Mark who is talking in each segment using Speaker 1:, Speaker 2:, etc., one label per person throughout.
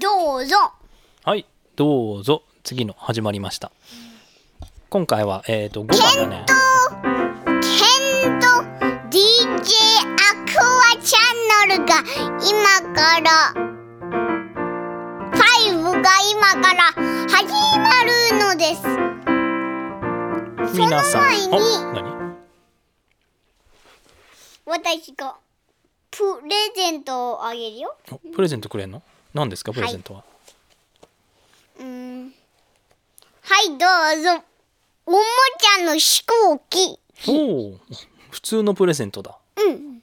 Speaker 1: どうぞ
Speaker 2: はいどうぞ次の始まりました今回はえっ、と5番だね
Speaker 1: ケント DJ アクアチャンネルが今からファイブが今から始まるのです
Speaker 2: 皆さん
Speaker 1: その前に
Speaker 2: お何
Speaker 1: 私がプレゼントをあげるよ
Speaker 2: おプレゼントくれんの何ですかプレゼントは、
Speaker 1: うーんはいどうぞおもちゃの飛行機
Speaker 2: おお普通のプレゼントだ
Speaker 1: うん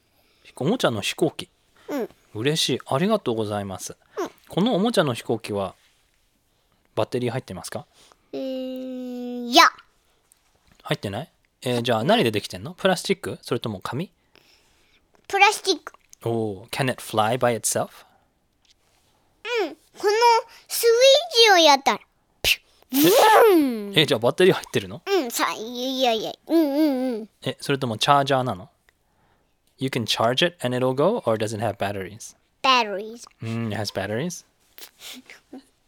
Speaker 2: おもちゃの飛行機
Speaker 1: うん
Speaker 2: 嬉しいありがとうございます、このおもちゃの飛行機はバッテリー入ってますか
Speaker 1: うーんいや
Speaker 2: 入ってないえーじゃあ何でできてんのプラスチックそれとも紙
Speaker 1: プラスチック
Speaker 2: おお can it fly by itself?
Speaker 1: このスイッチをやったら
Speaker 2: えーじゃあバッテリー入ってるの
Speaker 1: うんさいやいやいやうんうんうん
Speaker 2: え、それともチャージャーなの ?You can charge it and it'll go or does it have batteries?
Speaker 1: batteries
Speaker 2: Mm, it has batteries.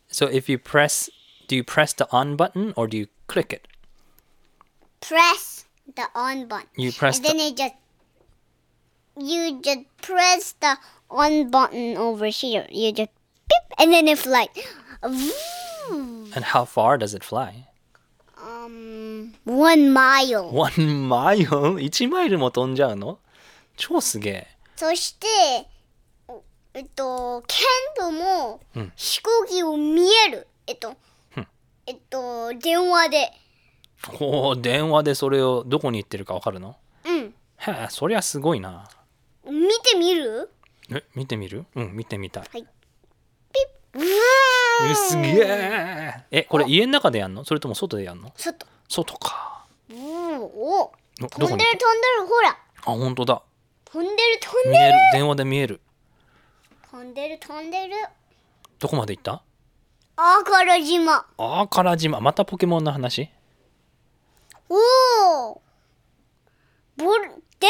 Speaker 2: so if you press, do you press the on button or do you click it?
Speaker 1: press the on button
Speaker 2: You press
Speaker 1: and then it just you just press the on button over here you just beep and then it flies Vroom.
Speaker 2: And how far does it fly?
Speaker 1: um one mile
Speaker 2: One mile? 1マイルも飛んじゃうの超すげえ。
Speaker 1: そしておえっとケントも
Speaker 2: ん
Speaker 1: 飛行機を見える、えっと
Speaker 2: うん
Speaker 1: えっと電話で
Speaker 2: おお、電話でそれをどこに行ってるかわかるの
Speaker 1: うん
Speaker 2: へえ、そりゃすごいな。
Speaker 1: 見てみる
Speaker 2: え、見てみるうん、見てみたい。
Speaker 1: うわ
Speaker 2: え、すげえ。え、これ家の中でやんのそれとも外でやんの
Speaker 1: 外
Speaker 2: 外か。
Speaker 1: うーお
Speaker 2: おど
Speaker 1: 飛
Speaker 2: こ
Speaker 1: んでる飛ん
Speaker 2: に
Speaker 1: でるほら
Speaker 2: あ、本当だ。
Speaker 1: 飛んでる飛ん
Speaker 2: 見
Speaker 1: で
Speaker 2: え
Speaker 1: る
Speaker 2: る電話で見える
Speaker 1: 飛んでる飛んでる
Speaker 2: どこまで行った
Speaker 1: あから島
Speaker 2: あーから島またポケモンの話
Speaker 1: おおボル伝説のポケモ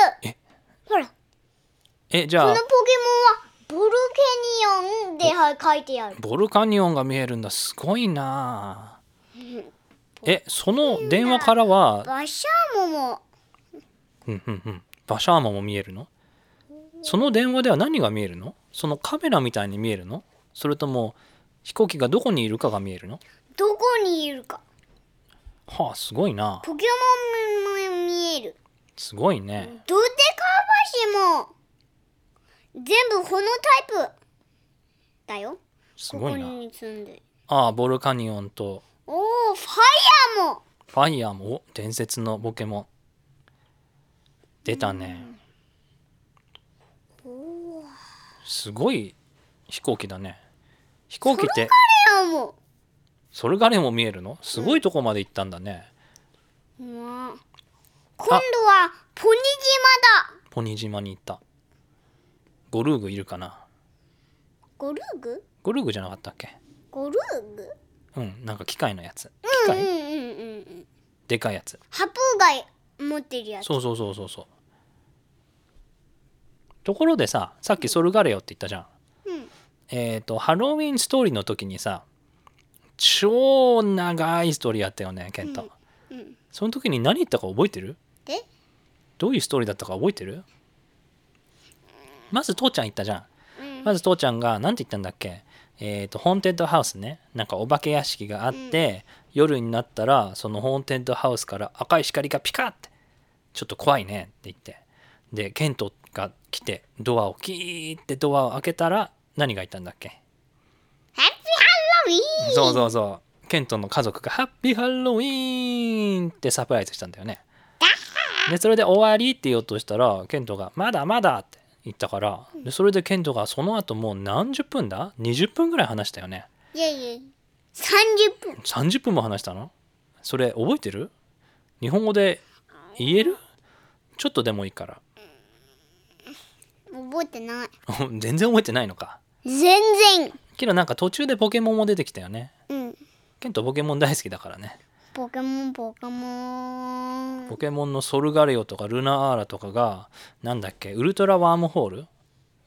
Speaker 1: ンがいる
Speaker 2: え
Speaker 1: ほらこ
Speaker 2: えじゃ
Speaker 1: の
Speaker 2: あ
Speaker 1: ポケモンはボルケニオンではい書いてある
Speaker 2: ボルカニオンが見えるんだすごいなあえその電話からは
Speaker 1: バシャーモも
Speaker 2: うんうんうんバシャーマも見えるのその電話では何が見えるのそのカメラみたいに見えるのそれとも飛行機がどこにいるかが見えるの
Speaker 1: どこにいるか
Speaker 2: はあすごいな
Speaker 1: ポケモンも見える
Speaker 2: すごいね
Speaker 1: ドテカバシも全部このタイプだよ
Speaker 2: すごい
Speaker 1: ここ
Speaker 2: な
Speaker 1: に住んで
Speaker 2: ああボルカニオンと
Speaker 1: おおファイヤーも
Speaker 2: ファイヤーもお伝説のポケモン出たねすごい飛行機だね飛行機って
Speaker 1: ファイヤーも
Speaker 2: それがれも見えるのすごいとこまで行ったんだね、
Speaker 1: うわ今度はポニ島だ
Speaker 2: ポニ島に行ったゴルーグいるかな
Speaker 1: ゴルーグ
Speaker 2: ゴルーグじゃなかったっけ
Speaker 1: ゴルーグ
Speaker 2: うんなんか機械のやつ機
Speaker 1: うんうん
Speaker 2: 械
Speaker 1: うんうん
Speaker 2: でかいやつ
Speaker 1: ハプーが持ってるやつ
Speaker 2: そうそうそうそうそうところでささっきソルガレオって言ったじゃん
Speaker 1: うん
Speaker 2: えっ、と、ハロウィンストーリーの時にさ、超長いストーリーやったよね、ケント。
Speaker 1: うん
Speaker 2: その時に何言ったか覚えてる
Speaker 1: で
Speaker 2: どういうストーリーだったか覚えてるまず父ちゃん言ったじゃん。
Speaker 1: うん
Speaker 2: まず父ちゃんが何て言ったんだっけえっ、と、ホーンテッドハウスね。なんかお化け屋敷があって、夜になったら、そのホーンテッドハウスから赤い光がピカって、ちょっと怖いねって言って。で、ケントが来て、ドアをキーってドアを開けたら、何が言ったんだっけ
Speaker 1: ハッピーハロウィーン
Speaker 2: そうそうそう。ケントの家族がハッピーハロウィーンってサプライズしたんだよね。で、それで終わりって言おうとしたら、ケントがまだまだって言ったから、でそれでケントがその後もう何十分だ ?20 分ぐらい話したよね。
Speaker 1: いやいや30分
Speaker 2: 30分も話したのそれ覚えてる日本語で言えるちょっとでもいいから。
Speaker 1: 覚えてない
Speaker 2: 全然覚えてないのか。
Speaker 1: 全然
Speaker 2: けどなんか途中でポケモンも出てきたよね。
Speaker 1: うん
Speaker 2: ケントポケモン大好きだからね。
Speaker 1: ポケモンポケモン
Speaker 2: ポケモンのソルガレオとかルナアーラとかがなんだっけウルトラワームホール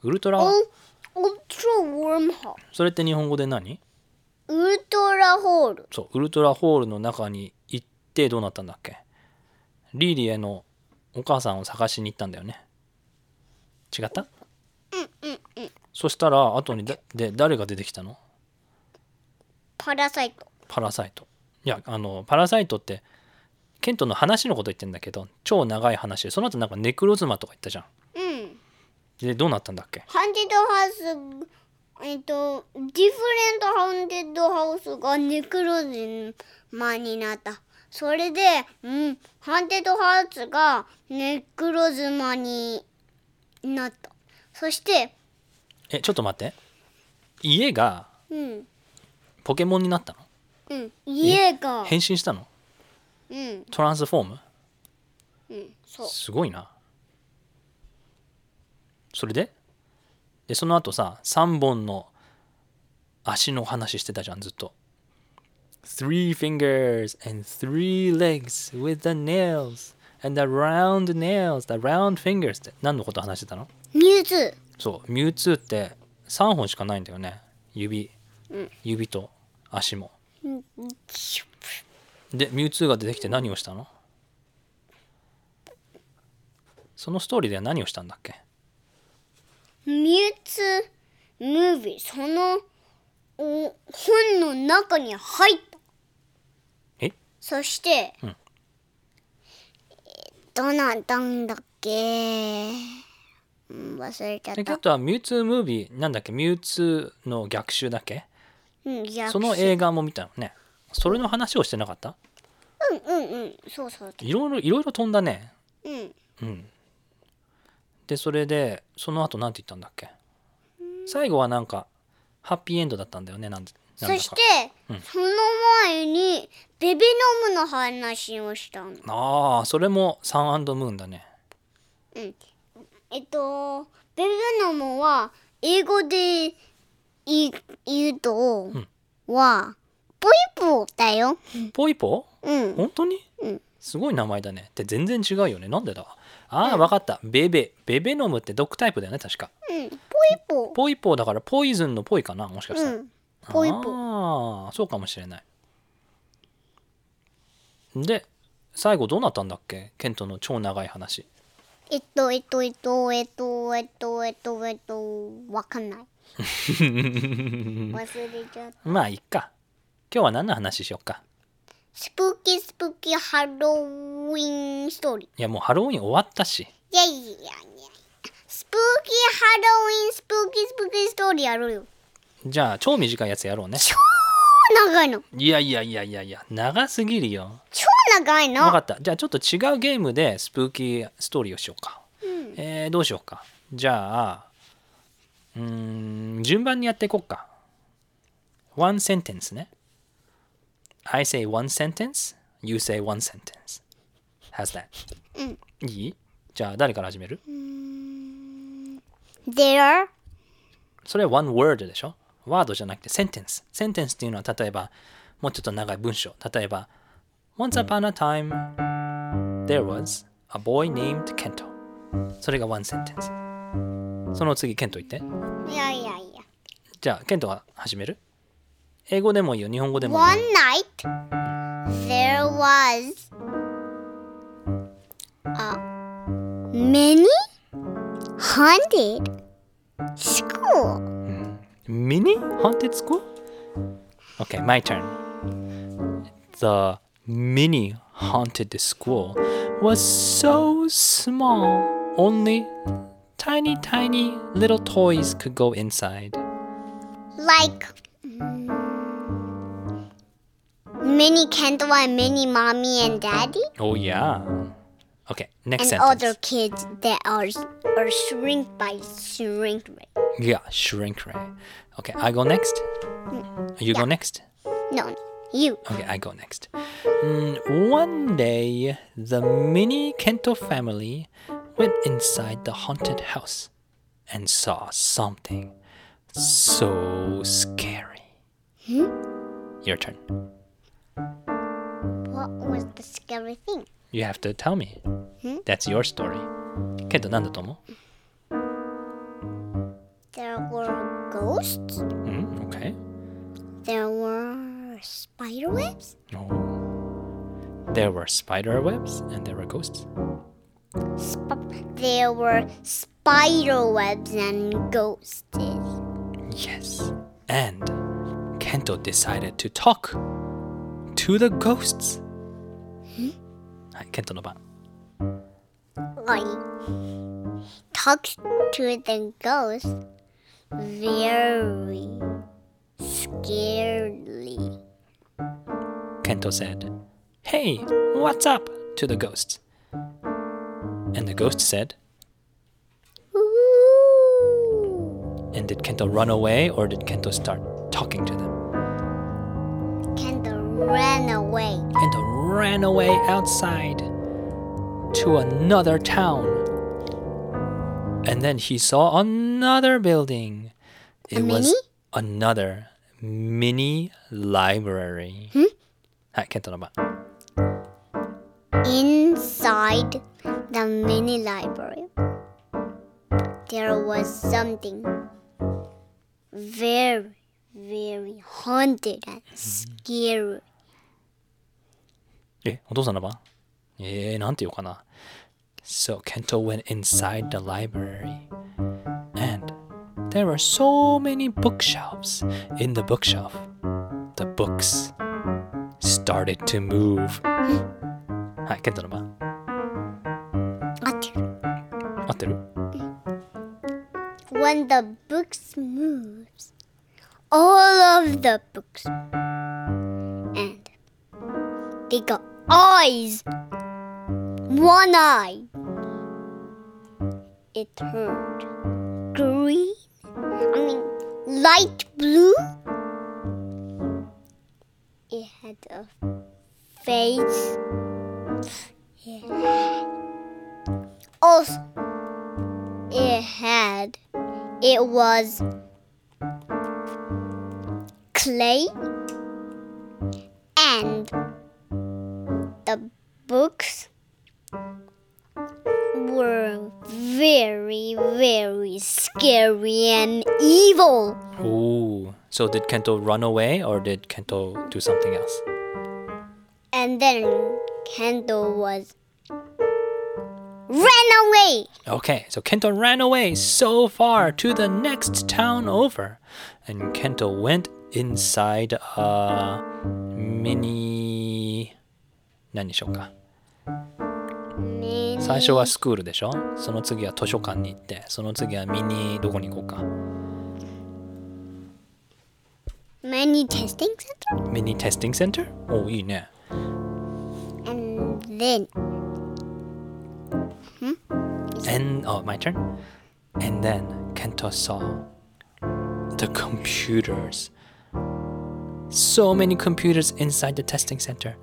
Speaker 2: ウルトラ
Speaker 1: オウルトラワ wormhole.
Speaker 2: それって日本語で何
Speaker 1: ウルトラホール。
Speaker 2: そうウルトラホールの中に行ってどうなったんだっけリーリエのお母さんを探しに行ったんだよね違ったそしたら後にだで誰が出てきたの
Speaker 1: パラサイト。
Speaker 2: パラサイトいやあのパラサイトってケントの話のこと言ってんだけど超長い話でその後なんかネクロズマとか言ったじゃん
Speaker 1: うん。
Speaker 2: でどうなったんだっけ
Speaker 1: Haunted House、えっと、Different Haunted House がネクロズマになった。それで、うん、Haunted House がネクロズマになった。そして、
Speaker 2: えちょっと待って家が
Speaker 1: うん、
Speaker 2: ポケモンになったの
Speaker 1: うん、家が、
Speaker 2: 変身したの
Speaker 1: うん、
Speaker 2: トランスフォーム
Speaker 1: うん、そう。
Speaker 2: すごいなそれででその後さ3本の足の話してたじゃんずっと Three fingers and three legs with the nails and the round nails the round fingers って何のこと話してたの
Speaker 1: ミュウツ
Speaker 2: そうミュウツーって3本しかないんだよね指、指と足も
Speaker 1: ー。
Speaker 2: でミュウツーが出てきて何をしたのそのストーリーでは何をしたんだっけ
Speaker 1: ミュウツームービー、その、お本の中に入った。
Speaker 2: え
Speaker 1: そして、
Speaker 2: うん
Speaker 1: えーどなったんだっけうん忘れちゃっ
Speaker 2: でケ
Speaker 1: た
Speaker 2: ン。トはミュウツームービーなんだっけミュウツーの逆襲だっけ
Speaker 1: うん、逆襲
Speaker 2: その映画も見たのねそれの話をしてなかった
Speaker 1: うんうんうん、そうそう。
Speaker 2: いろいろいろいろ飛んだね
Speaker 1: うん。
Speaker 2: うんでそれでその後なんて言ったんだっけ最後はなんかハッピーエンドだったんだよねなんなんだ
Speaker 1: そ
Speaker 2: か
Speaker 1: して、その前に、ベビノムの話をしたの。
Speaker 2: ああそれもサンムーンだね
Speaker 1: うん。えっと、ベビノムは、英語でい言うと、
Speaker 2: ん
Speaker 1: は、ポイポーだよ。
Speaker 2: ポイポ
Speaker 1: うん。
Speaker 2: 本当に、
Speaker 1: うん
Speaker 2: すごい名前だねって全然違うよねなんでだああわかったベベベベノムって毒タイプだよね確か
Speaker 1: うん。ポイポ
Speaker 2: ポイポだからポイズンのポイかなもしか
Speaker 1: ー。
Speaker 2: した
Speaker 1: う
Speaker 2: ら、
Speaker 1: ん。ポイポー。
Speaker 2: ああそうかもしれないで最後どうなったんだっけケントの超長い話
Speaker 1: えっと、えっと、えっと、えっと、えっと、えっと、えっと、わかんない。忘れちゃった。
Speaker 2: まあいっか今日は何の話しよっか
Speaker 1: スプーキースプーキーハロウィンストーリー。
Speaker 2: いやもうハロウィン終わったし
Speaker 1: いやいやいやいや。スプーキーハロウィンスプーキースプーキーストーリーやろうよ。
Speaker 2: じゃあ超短いやつやろうね
Speaker 1: 超長いの。
Speaker 2: いやいやいやいやいや長すぎるよ
Speaker 1: 超長い
Speaker 2: 分か
Speaker 1: の。
Speaker 2: ったじゃあちょっと違うゲームでスプーキーストーリーをしようか、
Speaker 1: うん
Speaker 2: えーどうしようかじゃあうーん順番にやっていこうか One sentence ね I say one sentence You say one sentence How's that?
Speaker 1: うん
Speaker 2: いいじゃあ誰から始める
Speaker 1: There
Speaker 2: それは one word でしょワードじゃなくて sentence sentence っていうのは例えばもうちょっと長い文章例えば Once upon a time there was a boy named Kento それが one sentence その次ケント言って
Speaker 1: いやいやいや。
Speaker 2: じゃあケントが始める英語でもいいよ日本語でもい
Speaker 1: One
Speaker 2: いよ
Speaker 1: night there was a many haunted school.
Speaker 2: Mini haunted school? Okay, my turn. The mini haunted school was so small, only tiny, tiny little toys could go inside.
Speaker 1: like mm, mini Kendall and mini mommy and daddy
Speaker 2: Oh, yeah. Okay,
Speaker 1: and
Speaker 2: next sentence.
Speaker 1: other kids that are are shrink by shrink rate.
Speaker 2: Yeah, shrink ray. Okay, I go next. You go next.
Speaker 1: No, you.
Speaker 2: Okay, I go next. Mm, one day, the mini Kento family went inside the haunted house and saw something so scary. Your turn.
Speaker 1: What was the scary thing?
Speaker 2: You have to tell me. That's your story. けど何だと思う
Speaker 1: There were ghosts?
Speaker 2: うん、OK。
Speaker 1: There were spider webs?
Speaker 2: Oh. There were spider webs and there were ghosts.
Speaker 1: Sp- there were spider webs and ghosts.
Speaker 2: Yes. And Kento decided to talk to the ghosts. はい、ケントの番。
Speaker 1: Like, talks to the ghost very scarily.
Speaker 2: ケント said, Hey, what's up? to the ghosts. And the ghost said,
Speaker 1: Ooh.
Speaker 2: And did Kento run away or did Kento start talking to them?
Speaker 1: Kendall ran away.
Speaker 2: Kento ran away outside to another town. And then he saw another building. It was
Speaker 1: mini?
Speaker 2: another mini library. Hi, Kento の番。
Speaker 1: Inside the mini library, there was something very, very haunted and scary.
Speaker 2: え、お父さんの番えー、なんて言うかな。So Kento went inside the library. And there were so many bookshelves. In the bookshelf, the books started to move. はい、ケントの番。
Speaker 1: But
Speaker 2: 合ってる
Speaker 1: when the books moves, all of the books, and they got eyes, one eye. It turned green. I mean, light blue. It had a face. It had- Also, it had. It was clay and the books were very, very scary and evil.
Speaker 2: Ooh. So did Kento run away or did Kento do something else?
Speaker 1: And then Kendall was ran away.
Speaker 2: Okay, so Kento ran away so far to the next town over. And Kento went inside a mini. 何でしょうか最初はスクールでしょその次は図書館に行って、その次はミニどこに行こうか
Speaker 1: Many testing center.
Speaker 2: ミニテスティングセンターおいいね。
Speaker 1: And then
Speaker 2: And oh, my turn. And then Kento saw the computers. So many computers inside the testing center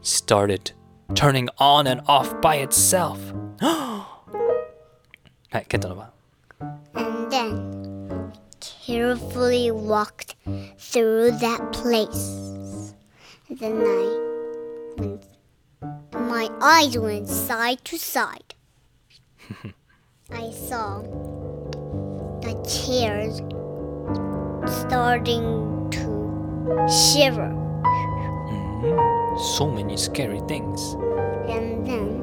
Speaker 2: started turning on and off by itself. はい、ケントの番。
Speaker 1: and then carefully walked through that place. Then I went, my eyes went side to side. I saw the chairs starting to shiver,
Speaker 2: So many scary things.
Speaker 1: and then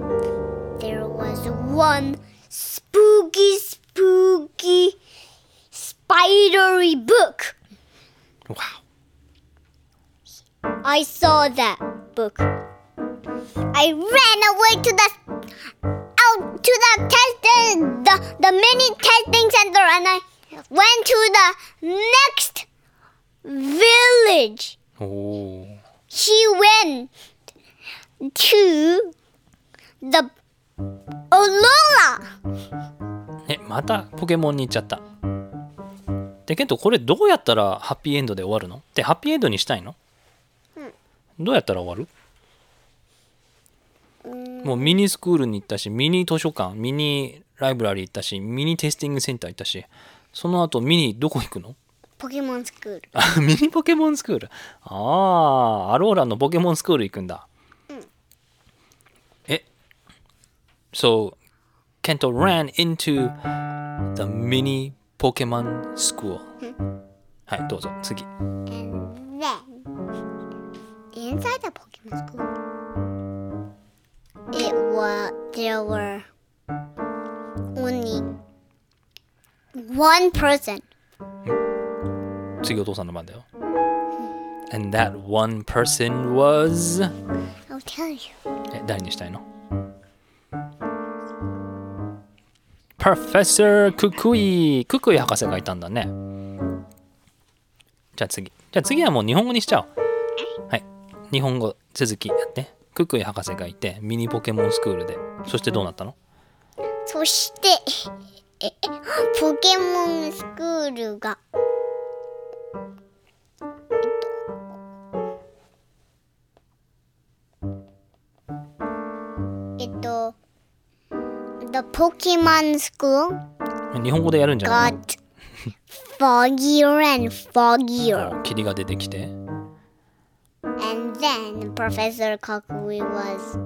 Speaker 1: there was one spooky, spooky, spidery book.
Speaker 2: Wow.
Speaker 1: I saw that book. I ran away to the out to the testing the, the mini testing center and I went to the next village.
Speaker 2: お
Speaker 1: She went to the Olola.
Speaker 2: え、またポケモンに行っちゃった。で、ケント、これどうやったらハッピーエンドで終わるので、ハッピーエンドにしたいの、どうやったら終わるもうミニスクールに行ったし、ミニ図書館、ミニライブラリー行ったし、ミニテスティングセンター行ったし、その後ミニどこ行くの
Speaker 1: Pokemon School.
Speaker 2: あミニポケモンスクール。ああ、アローラのポケモンスクール行くんだ。え、So, Kento ran into the mini Pokemon ポケモンスクール。はい、どうぞ、次。
Speaker 1: And then inside the Pokemon school, it was there were only one person.
Speaker 2: 次、お父さんの番だよ。And that one person was...
Speaker 1: I'll tell you.
Speaker 2: え、誰にしたいの ?Professor ククイククイ博士がいたんだね。じゃあ次。じゃあ次はもう日本語にしちゃおう。はい。日本語続きやって。ククイ博士がいて、ミニポケモンスクールで。そしてどうなったの
Speaker 1: そして えポケモンスクールが、えっとえっと The Pokemon School
Speaker 2: 日本語でやるんじゃない
Speaker 1: got foggier and foggier.
Speaker 2: の霧が出てきて。
Speaker 1: And then Professor Kakui was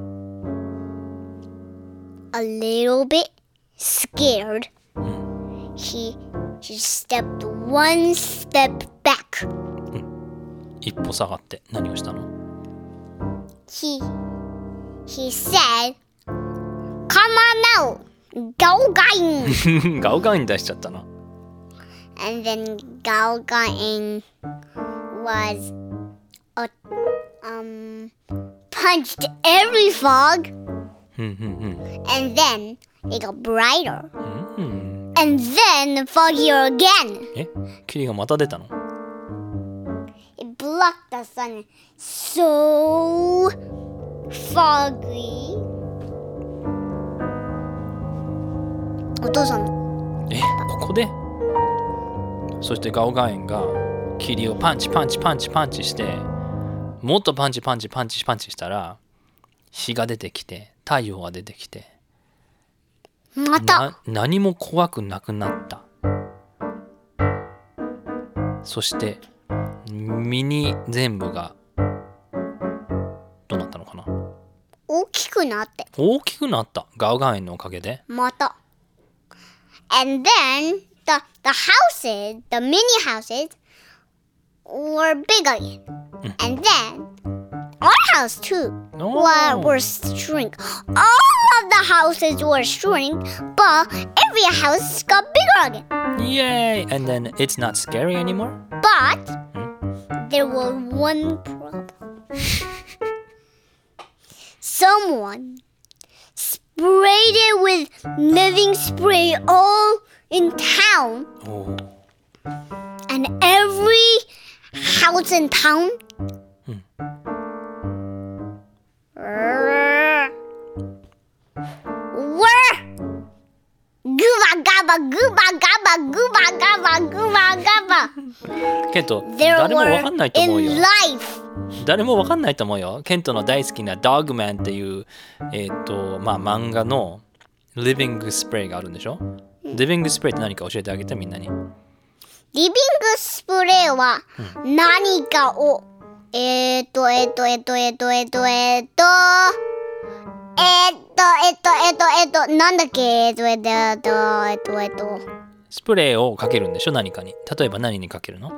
Speaker 1: a little bit scared. He he stepped one step back.
Speaker 2: 一歩下がって何をしたの
Speaker 1: He he said, "Come on out, go going."
Speaker 2: ガオガイン出しちゃったの。
Speaker 1: and then Galgaing was a, um punched every fog.
Speaker 2: うんうん
Speaker 1: And then it got brighter.
Speaker 2: うん。うん、
Speaker 1: And then foggier again.
Speaker 2: え霧がまた出たの
Speaker 1: It blocked the sun. So foggy. お父さん、
Speaker 2: えここでそしてガオガエンが霧をパンチパンチパンチパンチしてもっとパンチパンチパンチパンチしたら日が出てきて太陽が出てきて
Speaker 1: また
Speaker 2: な何も怖くなくなったそして身に全部がどうなったのかな
Speaker 1: 大きくなって、
Speaker 2: 大きくなったガオガエンのおかげで
Speaker 1: また。And then the, the houses, the mini houses, were big again. And then our house too.
Speaker 2: お
Speaker 1: were,
Speaker 2: ー
Speaker 1: were shrink. All of the houses were shrink, but every house got bigger again.
Speaker 2: イエーイ And then it's not scary anymore?
Speaker 1: But there was one problem. Someone sprayed it with living spray all in town,
Speaker 2: おー
Speaker 1: and every house in town. Were gooba gaba gooba gaba gooba gaba gooba gaba.
Speaker 2: ケント、
Speaker 1: There
Speaker 2: 誰もわかんな
Speaker 1: were
Speaker 2: いと思う
Speaker 1: in
Speaker 2: よ。
Speaker 1: life.
Speaker 2: 誰もわかんないと思うよ。ケントの大好きな Dogman っていう、えっ、と、まあ漫画の Living Spray があるんでしょ ?Living Spray って何か教えてあげてみんなに。
Speaker 1: リビングスプレーは何かを、えーっとえーっとえーっとえーっとえーっとえーっとえーっとえーっとえーっとえーっとなんだっけえーっとえーっとえーっとえーっとえーっ
Speaker 2: スプレーをかけるんでしょ何かに。例えば何にかけるの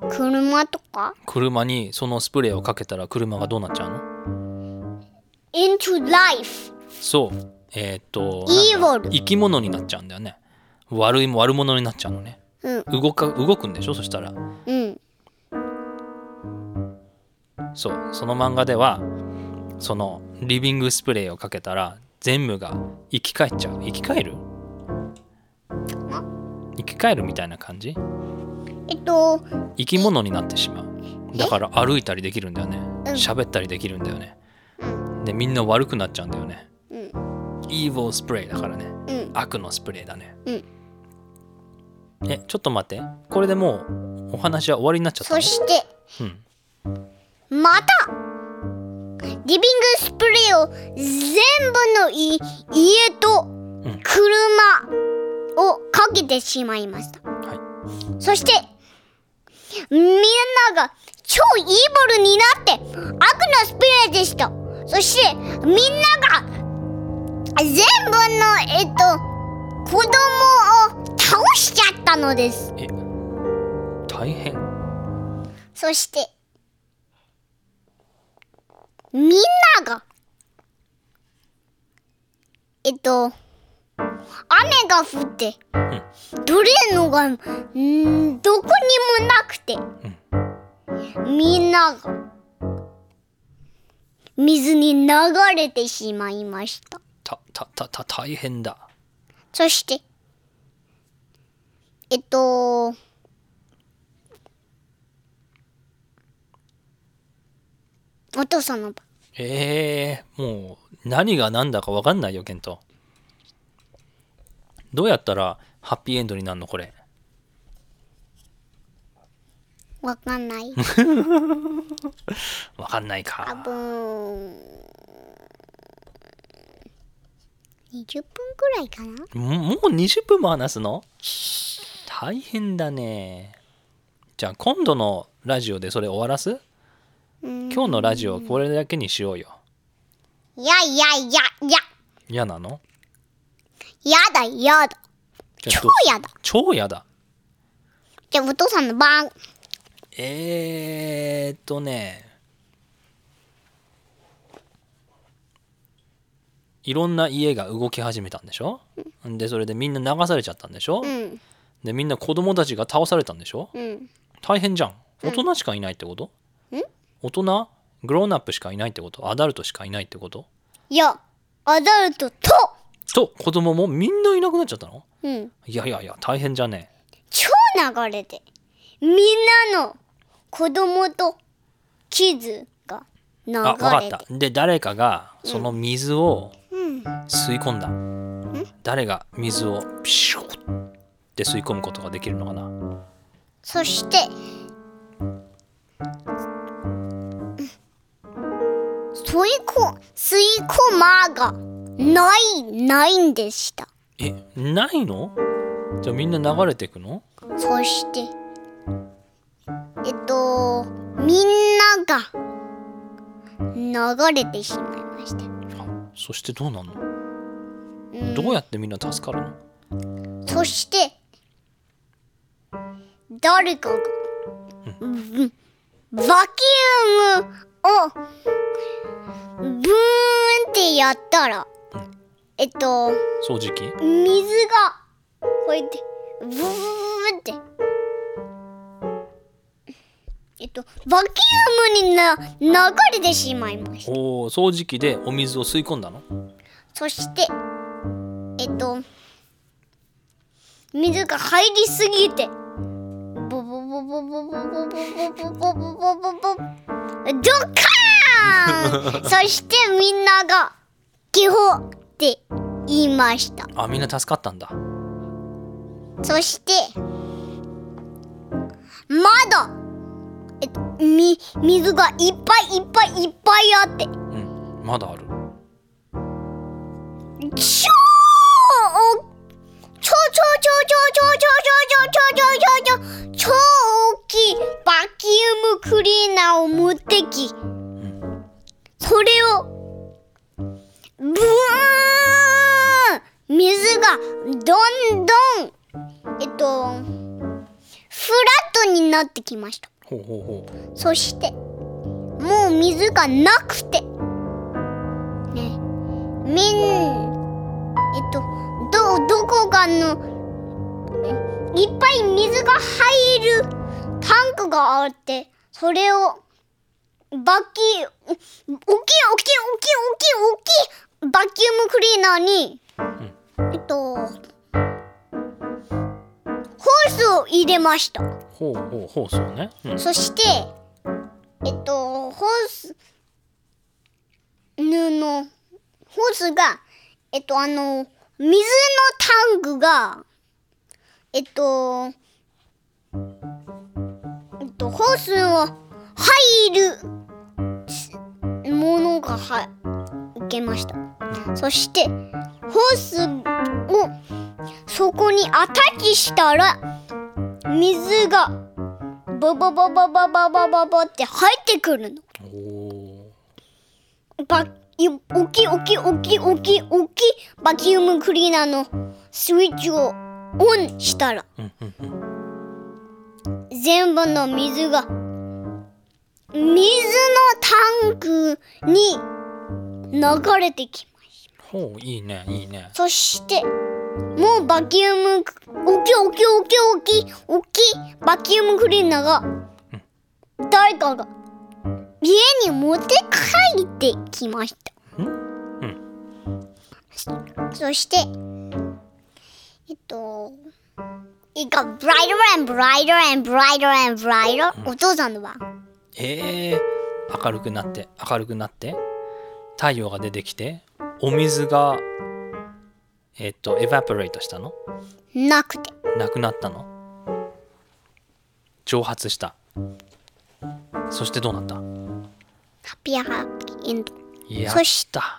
Speaker 1: と車とか
Speaker 2: 車にそのスプレーをかけたら車がどうなっちゃうの
Speaker 1: into life
Speaker 2: そう。えっ、と、なんだ
Speaker 1: evil
Speaker 2: 生き物になっちゃうんだよね。悪いも悪者になっちゃうのね。
Speaker 1: うん
Speaker 2: 動か動くんでしょそしたら。
Speaker 1: うん
Speaker 2: そうその漫画ではそのリビングスプレーをかけたら全部が生き返っちゃう生き返る生き返るみたいな感じ
Speaker 1: えっと
Speaker 2: 生き物になってしまうだから歩いたりできるんだよね喋ったりできるんだよねでみんな悪くなっちゃうんだよね
Speaker 1: うん
Speaker 2: イーボースプレーだからね
Speaker 1: うん
Speaker 2: 悪のスプレーだね
Speaker 1: うん
Speaker 2: えちょっと待ってこれでもうお話は終わりになっちゃった
Speaker 1: そ
Speaker 2: の
Speaker 1: して
Speaker 2: うん
Speaker 1: またリビングスプレーを全部のい家と車をかけてしまいました、
Speaker 2: はい
Speaker 1: そしてみんなが超イーボルになって悪のスプレーでしたそしてみんなが全部のえっと子供を助倒しちゃったのです
Speaker 2: え大変
Speaker 1: そしてみんながえっと雨が降って、どれのがんーどこにもなくて、みんなが水に流れてしまいました。
Speaker 2: たたたた大変だ
Speaker 1: そして、えっと、お父さんの番
Speaker 2: えー、もう何が何だか分かんないよケントどうやったらハッピーエンドになるのこれ
Speaker 1: わかんない。
Speaker 2: 分かんない
Speaker 1: 多
Speaker 2: か
Speaker 1: 分、20分くらいかな
Speaker 2: ももう20分も話すの大変だねじゃあ今度のラジオでそれ終わらす
Speaker 1: うん
Speaker 2: 今日のラジオこれだけにしようよ
Speaker 1: いやいやいや、いや、
Speaker 2: 嫌なの
Speaker 1: やだやだ。
Speaker 2: じゃ
Speaker 1: 超
Speaker 2: あどう
Speaker 1: やだ。
Speaker 2: 超嫌だ
Speaker 1: じゃあお父さんの番。
Speaker 2: えー、っとねいろんな家が動き始めたんでしょでそれでみんな流されちゃったんでしょ
Speaker 1: うん、
Speaker 2: でみんな子供たちが倒されたんでしょ
Speaker 1: うん。
Speaker 2: 大変じゃん大人しかいないってこと大人グローンアップしかいないってことアダルトしかいないってこと
Speaker 1: いや、アダルトと、
Speaker 2: と子供もみんないなくなっちゃったの
Speaker 1: うん。
Speaker 2: いやいやいや大変じゃね
Speaker 1: 超流れてみんなの子供とキッズが流
Speaker 2: あわかっ
Speaker 1: れ
Speaker 2: た
Speaker 1: て
Speaker 2: で誰かがその水を吸い込んだ、誰が水をピシュッって吸い込むことができるのかな
Speaker 1: そして吸いこ吸い込まがないないんでした
Speaker 2: えないのじゃあみんな流れていくの
Speaker 1: そしてえっとみんなが流れてしまいました
Speaker 2: あそしてどうなんの、どうやってみんな助かるの
Speaker 1: そして誰かが、うん、バキュームをブーンってやったら、えっと
Speaker 2: 掃除機
Speaker 1: 水がこうやってブーンってえっとバキュームにな流れてしまいました。
Speaker 2: おお掃除機でお水を吸い込んだの
Speaker 1: そして、えっと、水が入りすぎて、ボボボボボボボボボボボボボボボドカーンそしてみんなが、ゲホって言いました。
Speaker 2: あみんな助かったんだ
Speaker 1: そして、まだ、えっと、み、水がいっぱいいっぱいいっぱいあって、
Speaker 2: うんまだある
Speaker 1: 超お超超超超超超超超超超超超超大きいバキュームクリーナーを持ってきそれをブーン水がどんどんえっとフラットになってきました
Speaker 2: ほうほうほう
Speaker 1: そしてもう水がなくてねみんえっとどどこかのえいっぱい水が入るタンクがあってそれをバキお大きい大きい大きい大きい大きいバキュームクリーナーに、えっとホースを入れました。
Speaker 2: ほうほうほうそうね、うん、
Speaker 1: そして、えっと、ホース、布、ホースが、えっと、あの、水のタンクが、えっと、えっと、ホースを入るものがは受けました。そして、ホースをそこにアタッチしたら、水が、バババババババババって入ってくるの。
Speaker 2: おお
Speaker 1: バい大きい大きい大きい大きい大きいバキュームクリーナーのスイッチをオンしたら
Speaker 2: うんうんうん
Speaker 1: 全部の水が水のタンクに流れてきます
Speaker 2: ほういいねいいね
Speaker 1: そしてもうバキュームおきおきおきおきおきバキュームクリーナーが誰かが家に持って帰ってきました
Speaker 2: んう
Speaker 1: そそしてえっといいかブライト b ンブライト r ンブライト r ンブライトお父さんの番
Speaker 2: えー、明るくなって明るくなって太陽が出てきてお水がえっとエヴァポレートしたの
Speaker 1: なくて
Speaker 2: なくなったの蒸発したそしてどうなった
Speaker 1: ハッピーハッピーエンド
Speaker 2: や
Speaker 1: そし
Speaker 2: った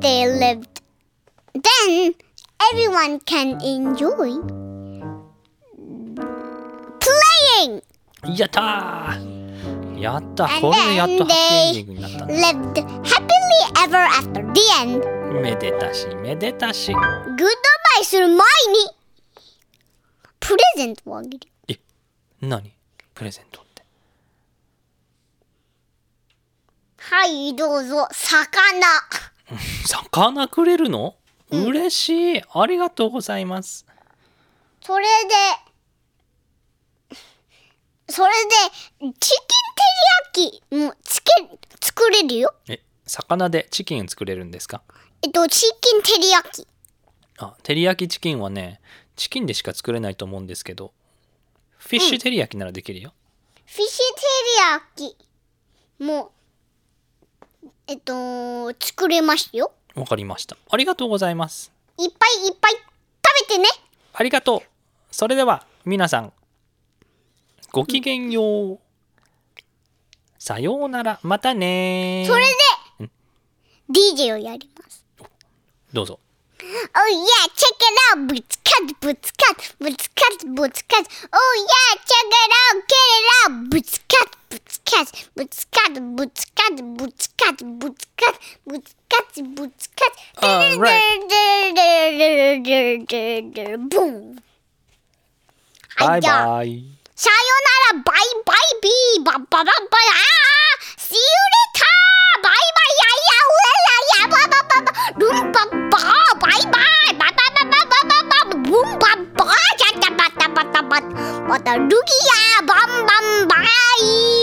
Speaker 1: they lived. Then everyone can enjoy playing.
Speaker 2: やったーやった
Speaker 1: あ
Speaker 2: これでやっと
Speaker 1: なんで
Speaker 2: ハッピーエンディングになったね
Speaker 1: Lived happily ever after. The end.
Speaker 2: めでたしめでたし
Speaker 1: Goodbye する前にプレゼントをあげる。
Speaker 2: え何プレゼントって
Speaker 1: はい、どうぞ、魚。
Speaker 2: 魚くれるの嬉しいありがとうございます
Speaker 1: それで、それで、チキンテリヤキもつけ、作れるよ。
Speaker 2: え魚でチキン作れるんですか
Speaker 1: えっと、チキンテリヤキ。
Speaker 2: あ照り焼きチキンはねチキンでしか作れないと思うんですけどフィッシュ照り焼きならできるよ、
Speaker 1: フィッシュテリヤキも、えっと、作れますよ。
Speaker 2: わかりましたありがとうございます
Speaker 1: いっぱいいっぱい食べてね。
Speaker 2: ありがとうそれでは皆さんごきげんようさようならまたね
Speaker 1: それで、DJ をやります。
Speaker 2: どうぞ
Speaker 1: Oh yeah, check it out! ぶつかつぶつかつぶつかつぶつかつ Oh yeah, check it out! Get it out! ぶつかつぶつかつぶつかつぶつかつぶつかつぶつかつぶつかつぶつかつ
Speaker 2: Alright.
Speaker 1: ボン
Speaker 2: バイ
Speaker 1: はいじゃあ
Speaker 2: バイ
Speaker 1: さよならバイバイビーバッババババあー ah, !See you later! バイバイやいやうららやばばばばルンバッバーバイバイバババババババブンバッバーじゃたばたばたばたまたルギアバンバンバイ